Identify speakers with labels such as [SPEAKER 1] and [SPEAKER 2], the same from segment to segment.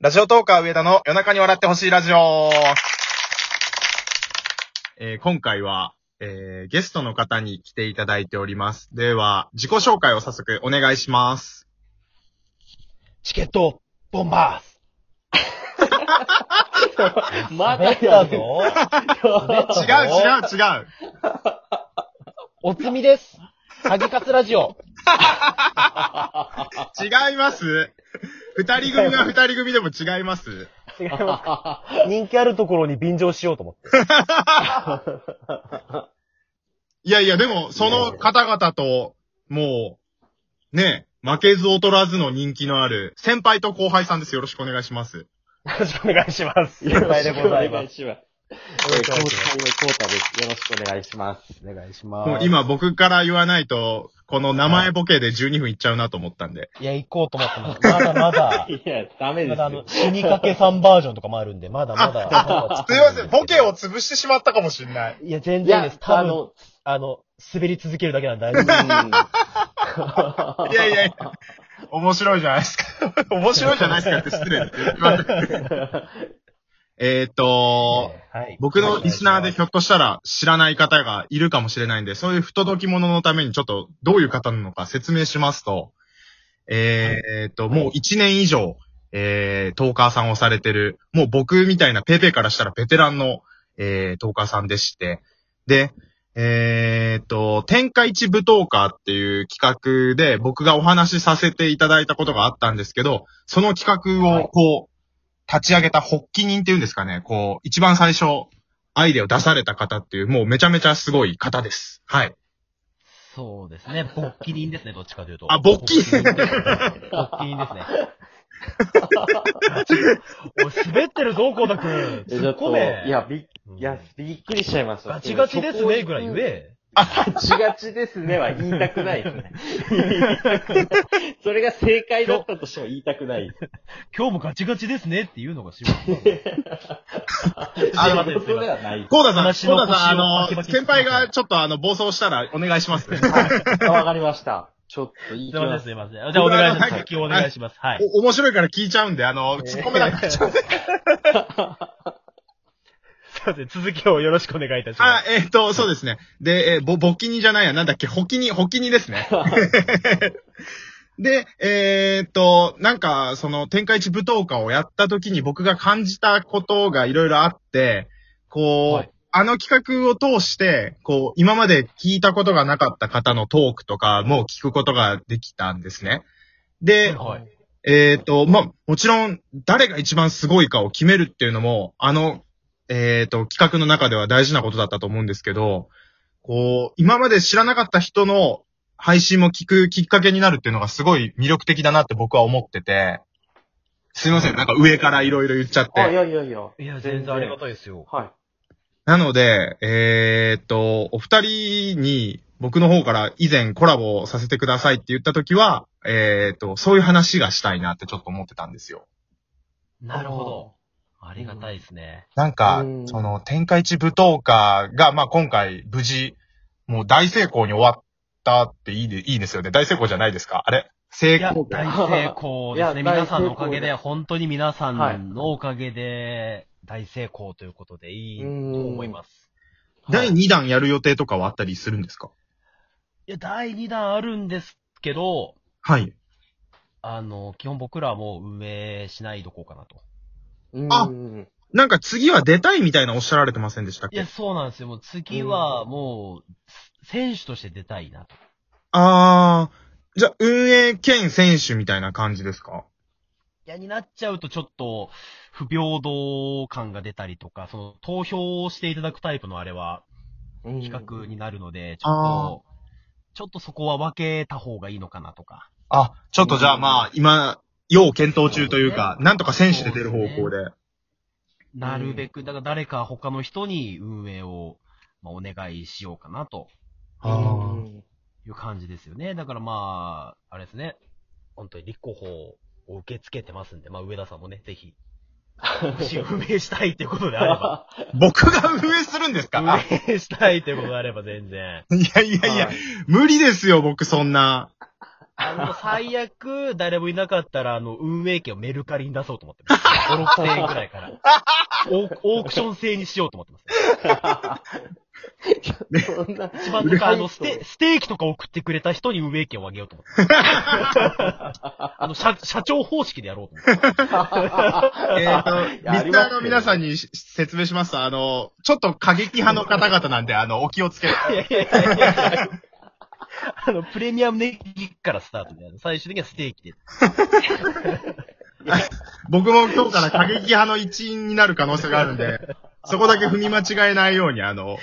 [SPEAKER 1] ラジオトーカー上田の夜中に笑ってほしいラジオ。えー今回は、えーゲストの方に来ていただいております。では、自己紹介を早速お願いします。
[SPEAKER 2] チケット、ボンバ
[SPEAKER 3] ま
[SPEAKER 2] ー
[SPEAKER 3] だ
[SPEAKER 2] 滑
[SPEAKER 3] や
[SPEAKER 2] った
[SPEAKER 3] る。
[SPEAKER 2] ぞ
[SPEAKER 1] 違う違う違う。
[SPEAKER 2] おつみですハギカツラジオ
[SPEAKER 1] 違います二人組が二人組でも違います
[SPEAKER 3] 違いま
[SPEAKER 2] 人気あるところに便乗しようと思って。
[SPEAKER 1] いやいや、でも、その方々と、もう、ね、負けず劣らずの人気のある、先輩と後輩さんです。よろしくお願いします。
[SPEAKER 2] よろしくお願いします。
[SPEAKER 3] す。
[SPEAKER 2] いっぱいでございます。
[SPEAKER 3] す。よ
[SPEAKER 2] お
[SPEAKER 3] ろしくお願いします。えー、コータです。よろしくお願いします。
[SPEAKER 2] 願いし
[SPEAKER 1] も
[SPEAKER 2] ま
[SPEAKER 1] う今僕から言わないと、この名前ボケで12分いっちゃうなと思ったんで。
[SPEAKER 2] いや、行こうと思ってます。まだまだ。
[SPEAKER 3] いや、ダメで
[SPEAKER 2] ますだあの
[SPEAKER 3] よ、。
[SPEAKER 2] 死にかけさんバージョンとかもあるんで、まだまだ。
[SPEAKER 1] 潰してしまったかもしれない。
[SPEAKER 2] いや、全
[SPEAKER 3] い
[SPEAKER 2] 然
[SPEAKER 3] や
[SPEAKER 2] です。、多
[SPEAKER 3] あ
[SPEAKER 2] 分、
[SPEAKER 3] の、
[SPEAKER 2] あの、滑り続けるだけなんで大丈夫
[SPEAKER 3] う ん
[SPEAKER 1] いやいやいや、面白いじゃないですか。 面白いじゃないですかって失礼です。すいません えーっと、
[SPEAKER 2] はい
[SPEAKER 1] 僕のリスナーで
[SPEAKER 2] お願いし
[SPEAKER 1] ひょっとしたら知らない方がいるかもしれないんで、そういう不届き者のためにちょっとどういう方なのか説明しますと、えーえーっと、もう1年以上、えー、トーカーさんをされてる、もう僕みたいなペーペーからしたらベテランの、えー、トーカーさんでして、で、えーっと、天下一舞踏家っていう企画で僕がお話しさせていただいたことがあったんですけど、その企画をこう、立ち上げた発起人っていうんですかね、こう、一番最初、アイデアを出された方っていう、もうめちゃめちゃすごい方です。はい。
[SPEAKER 2] ますそうですね。ボッキリンですね、どっちかというと。
[SPEAKER 1] あ勃起
[SPEAKER 2] 勃起輪ですね。おい、滑ってるぞ、コータくん。
[SPEAKER 3] えち
[SPEAKER 2] 突
[SPEAKER 3] ょ
[SPEAKER 2] っ
[SPEAKER 3] っ
[SPEAKER 2] 込
[SPEAKER 3] と、
[SPEAKER 2] め。
[SPEAKER 3] いや、びっ、
[SPEAKER 2] うん、
[SPEAKER 3] いや、びっくりしちゃいました。
[SPEAKER 2] ガチガチですね、ぐらい言
[SPEAKER 3] え。
[SPEAKER 2] え。
[SPEAKER 3] ガチガチですねは言いたくないですね。言いたくないそれが正解だったとしても言いたくない。
[SPEAKER 2] 今日もガチガチですねっていうのが仕事 なんで。
[SPEAKER 1] あの
[SPEAKER 3] 仕事ではない。
[SPEAKER 1] コーダさん、
[SPEAKER 2] 話
[SPEAKER 1] コー
[SPEAKER 2] の腰を
[SPEAKER 1] ダさん、あ
[SPEAKER 2] バキバ
[SPEAKER 1] の、
[SPEAKER 2] キに
[SPEAKER 1] 先
[SPEAKER 2] してくださ
[SPEAKER 1] 輩
[SPEAKER 2] い
[SPEAKER 1] がちょっとあの、暴走したらお願いし ます。
[SPEAKER 3] あわかりました。ちょっと言い
[SPEAKER 2] すい
[SPEAKER 3] き
[SPEAKER 2] ませ
[SPEAKER 3] ま
[SPEAKER 2] ん、
[SPEAKER 3] す。
[SPEAKER 2] すいません。じゃあ、お願いします。先をお願いします。はい。
[SPEAKER 1] お面白いから聞いちゃうんで、あの、突っ込めなくなっちゃうんで。
[SPEAKER 2] すいません、続きをよろしくお願いいたしま
[SPEAKER 1] あ
[SPEAKER 2] す。、
[SPEAKER 1] えっ と、そうですね。で、えーぼ、ぼきにじゃないや、なんだっけ、ほきに、ほきにです ね。で、えーっと、なんか、その、天下一舞踏家をやった時に僕が感じたことがいろいろあって、こう、
[SPEAKER 3] はい
[SPEAKER 1] あの企画を通して、こう、今まで聞いたことがなかった方のトークとかも聞くことができたんですね。で、
[SPEAKER 2] はい。
[SPEAKER 1] えっ、と、まあ、もちろん、誰が一番すごいかを決めるっていうのも、あの、えっ、と、企画の中では大事なことだったと思うんですけど、こう、今まで知らなかった人の配信も聞くきっかけになるっていうのがすごい魅力的だなって僕は思ってて、すいません、なんか上からいろいろ言っちゃっ
[SPEAKER 3] あ、い
[SPEAKER 1] て。
[SPEAKER 3] やいやいや。
[SPEAKER 2] いや、全然ありがたいですよ。
[SPEAKER 3] はい。
[SPEAKER 1] なので、えっ、と、お二人に僕の方から以前コラボさせてくださいって言った時は、えっ、と、そういう話がしたいなってちょっと思ってたんですよ。
[SPEAKER 2] なるほど。ありがたいですね。
[SPEAKER 1] なんか
[SPEAKER 3] う、ん
[SPEAKER 1] その、天下一舞踏家が、まあ、今回、無事、もう大成功に終わったっていいで、いいですよね。大成功じゃないですかあれ成
[SPEAKER 2] いや、
[SPEAKER 1] 功。
[SPEAKER 2] 大成功ですね。
[SPEAKER 3] いや
[SPEAKER 2] 皆さんのおかげ
[SPEAKER 3] 大成功で
[SPEAKER 2] で、本当に皆さ
[SPEAKER 3] はい
[SPEAKER 2] んのおかげで、大成功ということでいいと思います。
[SPEAKER 1] 第2弾やる予定とかはあったりするんですか
[SPEAKER 2] いや、第2弾あるんですけど、
[SPEAKER 1] はい。
[SPEAKER 2] あの、基本僕らはもう運営しないどこうかなと。
[SPEAKER 1] あ
[SPEAKER 3] うん
[SPEAKER 1] なんか次は出たいみたいなおっしゃられてませんでしたっ
[SPEAKER 2] いや、
[SPEAKER 1] け
[SPEAKER 2] そうなんですよ。もう次はもう、選手として出たいなと。
[SPEAKER 1] あー、じゃあ、運営兼選手みたいな感じですか
[SPEAKER 2] いや、になっちゃうとちょっと、不平等感が出たりとか、その、投票をしていただくタイプのあれは、
[SPEAKER 3] うん
[SPEAKER 2] 比較になるので、ち
[SPEAKER 1] あ
[SPEAKER 2] ょっと、ちょっとそこは分けた方がいいのかなとか。
[SPEAKER 1] あ、ちょっとじゃあ、まあ、今、要検討中というか、なんとか選手で出る方向で。
[SPEAKER 2] なるべく、だから誰か他の人に運営を、まあ、お願いしようかなと
[SPEAKER 3] う
[SPEAKER 1] あー
[SPEAKER 3] ん
[SPEAKER 2] いう感じですよね。だからまあ、あれですね。本当に立候補を受け付けてますんで、まあ上田さんもね、ぜ ひ、もし運営したいって いうことであれば、
[SPEAKER 1] 僕が運営するんですかあ
[SPEAKER 2] 運営したいっていうことであれば全然。
[SPEAKER 1] いやいやいや、無理ですよ、僕そんな。
[SPEAKER 2] あの、最悪、誰もいなかったら、あの、運営権をメルカリに出そうと思ってます。5、6千円くらいから。オーオークション制にしようと思ってます。
[SPEAKER 3] そ んな。
[SPEAKER 2] 一番とか、あの、ステ、ステーキとか送ってくれた人に運営権をあげようと思って。 あの、社、社長方式でやろうと思って。
[SPEAKER 1] えっ、と、リ
[SPEAKER 3] いやあり
[SPEAKER 1] ス
[SPEAKER 3] ます
[SPEAKER 1] ナ
[SPEAKER 3] よ
[SPEAKER 1] ーの皆さんにし説明しますと、あの、ちょっと過激派の方々なんで、あの、お気を つけて。
[SPEAKER 2] いやいやいやいや あの、プレミアムネギからスタートで、最終的にはステーキで。
[SPEAKER 1] 僕も今日から過激派の一員になる可能性があるんで、そこだけ踏み間違えないように、あの、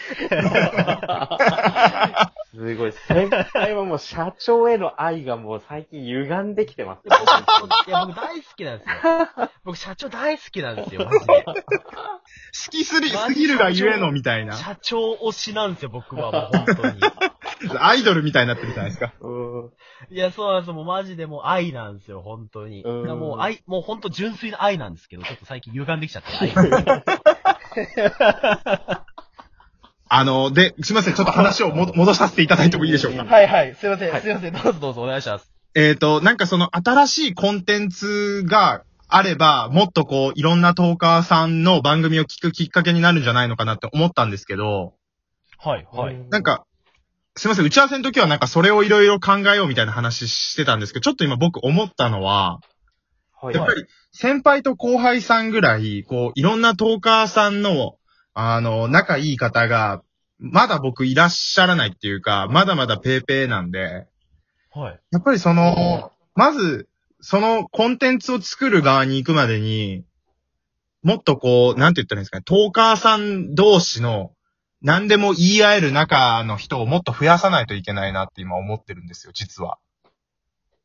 [SPEAKER 3] すごい。先輩はもう社長への愛がもう最近歪んできてます ね。
[SPEAKER 2] いや、僕大好きなんですよ。僕社長大好きなんですよ、マジで。
[SPEAKER 1] 好きすぎすぎるがゆえのみた いな、
[SPEAKER 2] 社長推しなんですよ、僕は、もう本当に。
[SPEAKER 1] アイドルみたいになってるじゃないですか。
[SPEAKER 3] うん。
[SPEAKER 2] いや、そうなんですよ。もうマジでもう愛なんですよ、本当に。
[SPEAKER 3] うん
[SPEAKER 2] だからもう愛、もう本当純粋な愛なんですけど、ちょっと最近歪んできちゃ って愛。
[SPEAKER 1] あの、で、すいません、ちょっと話をも戻させていただいてもいいでしょうか。
[SPEAKER 2] はいはい。すいません。
[SPEAKER 3] はい
[SPEAKER 2] すいません。どうぞどうぞお願いします。
[SPEAKER 1] えっ、と、なんかその新しいコンテンツがあれば、もっとこう、いろんなトーカーさんの番組を聞くきっかけになるんじゃないのかなって思ったんですけど、
[SPEAKER 2] はいはい。
[SPEAKER 1] なん、か、すいません、打ち合わせの時はなんかそれをいろいろ考えようみたいな話してたんですけど、ちょっと今僕思ったのは、
[SPEAKER 3] はい。
[SPEAKER 1] やっぱり先輩と後輩さんぐらい、こう、いろんなトーカーさんの、あの、仲いい方が、まだ僕いらっしゃらないっていうか、まだまだペーペーなんで、
[SPEAKER 2] はい。
[SPEAKER 1] やっぱりその、まず、そのコンテンツを作る側に行くまでに、もっとこう、なんて言ったらいいんですかね、トーカーさん同士の、何でも言い合える中の人をもっと増やさないといけないなって今思ってるんですよ、実は。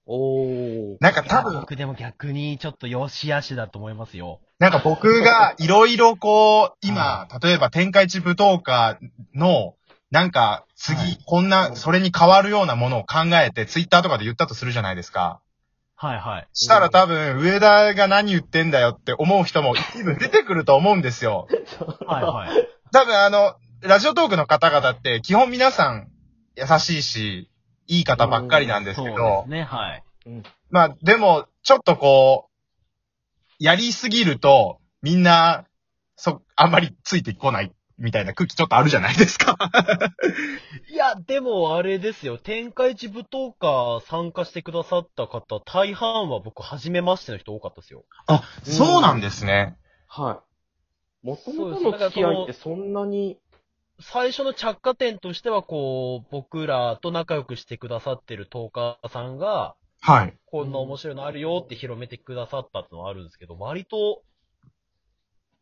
[SPEAKER 3] おー。
[SPEAKER 1] なんか多分、
[SPEAKER 2] 僕でも逆にちょっと良し悪しだと思いますよ。
[SPEAKER 1] なんか僕がいろいろこう、今、例えば天下一武闘家の、なんか次、
[SPEAKER 2] はい
[SPEAKER 1] こんな、それに変わるようなものを考えて、ツイッターとかで言ったとするじゃないですか。
[SPEAKER 2] はいはい。
[SPEAKER 1] したら多分、上田が何言ってんだよって思う人も一部出てくると思うんです よ。
[SPEAKER 2] はいはい。
[SPEAKER 1] 多分あの、ラジオトークの方々って基本皆さん優しいし、いい方ばっかりなんです
[SPEAKER 2] そう
[SPEAKER 1] け
[SPEAKER 2] で
[SPEAKER 1] ど
[SPEAKER 2] す、ね、はい。
[SPEAKER 1] まあでも、ちょっとこう、やりすぎると、みんな、そ、あんまりついてこない、みたいな空気ちょっとあるじゃないですか。
[SPEAKER 2] いや、でもあれですよ。天下一舞踏家参加してくださった方、大半は僕、初めましての人多かったですよ。
[SPEAKER 1] あ、そうなんですね。
[SPEAKER 3] はい。もともとの付き合いってそんなに、
[SPEAKER 2] 最初の着火点としては、こう、僕らと仲良くしてくださってる10日さんが、
[SPEAKER 1] はい。
[SPEAKER 2] こんな面白いのあるよって広めてくださったってのはあるんですけど、割と、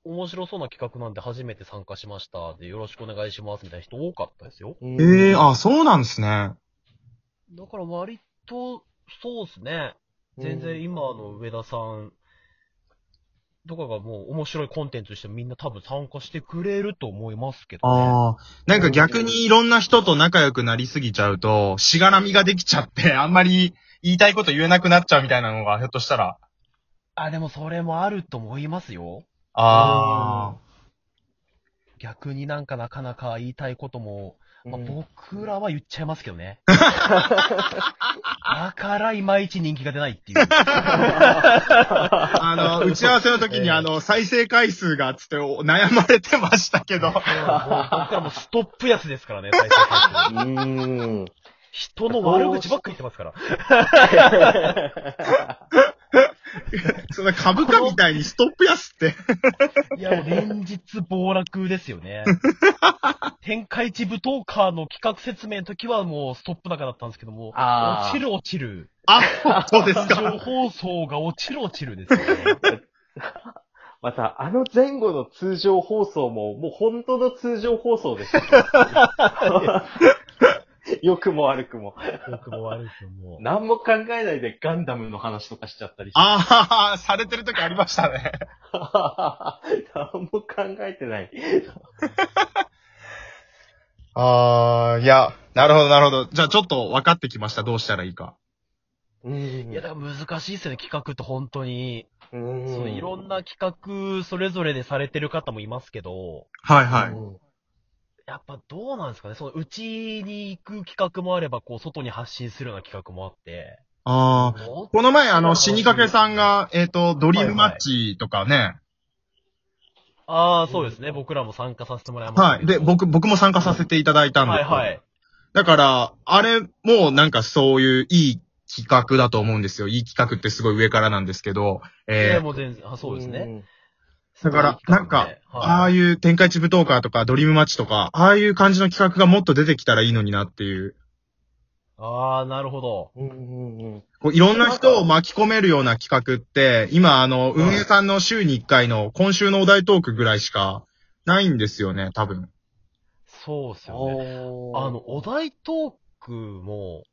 [SPEAKER 2] 面白そうな企画なんで初めて参加しました。で、よろしくお願いします。みたいな人多かったですよ。
[SPEAKER 1] ええあ、そうなんですね。
[SPEAKER 2] だから割と、そうですね。全然今の上田さんとかがもう面白いコンテンツとしてみんな多分参加してくれると思いますけど、ね。
[SPEAKER 1] ああ。なんか逆にいろんな人と仲良くなりすぎちゃうと、しがらみができちゃって、あんまり言いたいこと言えなくなっちゃうみたいなのが、ひょっとしたら。
[SPEAKER 2] あ、でもそれもあると思いますよ。
[SPEAKER 1] あ
[SPEAKER 2] 逆になんかなかなか言いたいことも、まあ、僕らは言っちゃいますけ どね。だからいまいち人気が出ないっていう。
[SPEAKER 1] あ。あの、打ち合わせの時 に、あの、再生回数が、つってお悩まれてましたけ ど。
[SPEAKER 2] 僕らもストップ安ですからね、最初
[SPEAKER 3] うーん。
[SPEAKER 2] 人の悪口ばっか言ってますから。
[SPEAKER 1] そんな株価みたいにストップ安って。
[SPEAKER 2] いや、もう連日暴落ですよね。天下一舞踏家の企画説明の時はもうストップ高だったんですけども、
[SPEAKER 3] あー
[SPEAKER 2] 落ちる落ちる。
[SPEAKER 1] あ、そうです
[SPEAKER 2] 情
[SPEAKER 1] か。
[SPEAKER 2] 報層が落ちる落ちるですよね。
[SPEAKER 3] また、あの前後の通常放送も、もう本当の通常放送でした。 良くも悪くも。
[SPEAKER 2] 良くも悪いと もう。
[SPEAKER 3] 何も考えないでガンダムの話とかしちゃったりして。
[SPEAKER 1] ああ、されてる時ありましたね。
[SPEAKER 3] 何も考えてない。
[SPEAKER 1] ああ、いや、なるほど、なるほど。じゃあちょっと分かってきました。どうしたらいいか。
[SPEAKER 3] うん
[SPEAKER 2] いや、だから難しいですよね、企画って本当に。
[SPEAKER 3] う
[SPEAKER 2] そのいろんな企画、それぞれでされてる方もいますけど、
[SPEAKER 1] はいはい。
[SPEAKER 2] やっぱどうなんですかね、そのうちに行く企画もあれば、こう、外に発信するような企画もあって、
[SPEAKER 1] ああ。
[SPEAKER 3] もっ
[SPEAKER 1] この前、あの、死にかけさんが、えっ、と、ドリームマッチとかね。
[SPEAKER 2] ああ、そうですね。僕らも参加させてもらいました
[SPEAKER 1] はい。で、僕、僕も参加させていただいたんで。
[SPEAKER 2] はいはい。
[SPEAKER 1] だから、あれもなんかそういういい企画だと思うんですよ。いい企画ってすごい上からなんですけど、
[SPEAKER 2] え
[SPEAKER 1] えー
[SPEAKER 2] もう全然、あ、そうですね。。
[SPEAKER 1] だからなんかああ
[SPEAKER 2] い
[SPEAKER 1] いう天下一武闘家とかドリームマッチとか、ああいう感じの企画がもっと出てきたらいいのになっていう。
[SPEAKER 2] う。ああ、なるほど。
[SPEAKER 3] うんうんうんうん。
[SPEAKER 1] こういろんな人を巻き込めるような企画って、今あの、運営さんの週に1回の今週のお題トークぐらいしかないんですよね、多分。
[SPEAKER 2] そうっすよね。あ
[SPEAKER 3] あ
[SPEAKER 2] の、、お題トークも、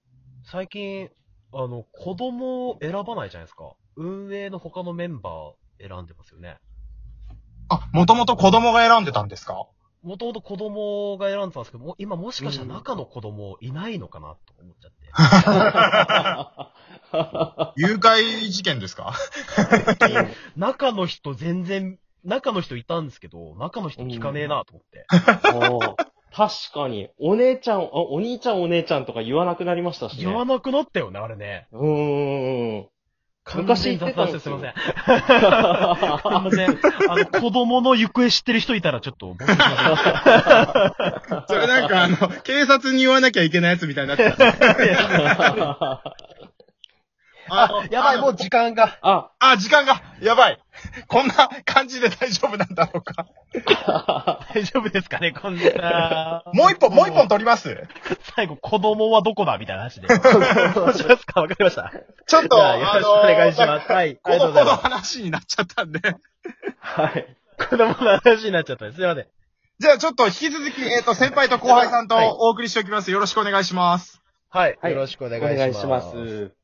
[SPEAKER 2] 最近、あの、子供を選ばないじゃないですか。運営の他のメンバー選んでますよね。
[SPEAKER 1] あ、もともと子供が選んでたんですか
[SPEAKER 2] もともと子供が選んでたんですけど、もう今もしかしたら中の子供いないのかなと思っちゃって。
[SPEAKER 1] 誘拐事件ですか
[SPEAKER 2] 中の人全然、中の人いたんですけど、中の人聞かねえなと思って。
[SPEAKER 3] あー確かに、お姉ちゃん、あお兄ちゃんお姉ちゃんとか言わなくなりましたしね。
[SPEAKER 2] 言わなくなったよね、あれね。
[SPEAKER 3] うーん。昔言ってたんですよ
[SPEAKER 2] 完全に雑談してすいません。すいません。あの、子供の行方知ってる人いたらちょっと、僕 に
[SPEAKER 1] それなんかあの、警察に言わなきゃいけないやつみたいになってた。あ、
[SPEAKER 4] やばい、もう時間が。
[SPEAKER 3] あ、
[SPEAKER 1] あ、時間が、やばい。 こんな感じで大丈夫なんだろうか。
[SPEAKER 2] 大丈夫ですかね、こんな。
[SPEAKER 1] もう一本、もう一本取ります。
[SPEAKER 2] 最後、子供はどこだみたいな話で。ど うしますかわかりました。
[SPEAKER 1] ちょっ
[SPEAKER 2] じ
[SPEAKER 1] と、
[SPEAKER 2] ゃあ、よろしくお願いし
[SPEAKER 1] あの
[SPEAKER 2] ます。はい。あ
[SPEAKER 1] こ
[SPEAKER 2] りがと
[SPEAKER 1] の
[SPEAKER 2] うござ
[SPEAKER 1] 子
[SPEAKER 2] い
[SPEAKER 1] の
[SPEAKER 2] ま
[SPEAKER 1] 話になっちゃったんで。
[SPEAKER 3] はい。
[SPEAKER 2] す。子供の話になっちゃったねすいません。
[SPEAKER 1] じゃあちょっと引き続き、えっ、と、先輩と後輩さんとお送りしておきます。よろしくお願いします。
[SPEAKER 2] はい。
[SPEAKER 3] はい
[SPEAKER 2] よろしくお
[SPEAKER 3] お
[SPEAKER 2] 願いします。
[SPEAKER 3] 願いします。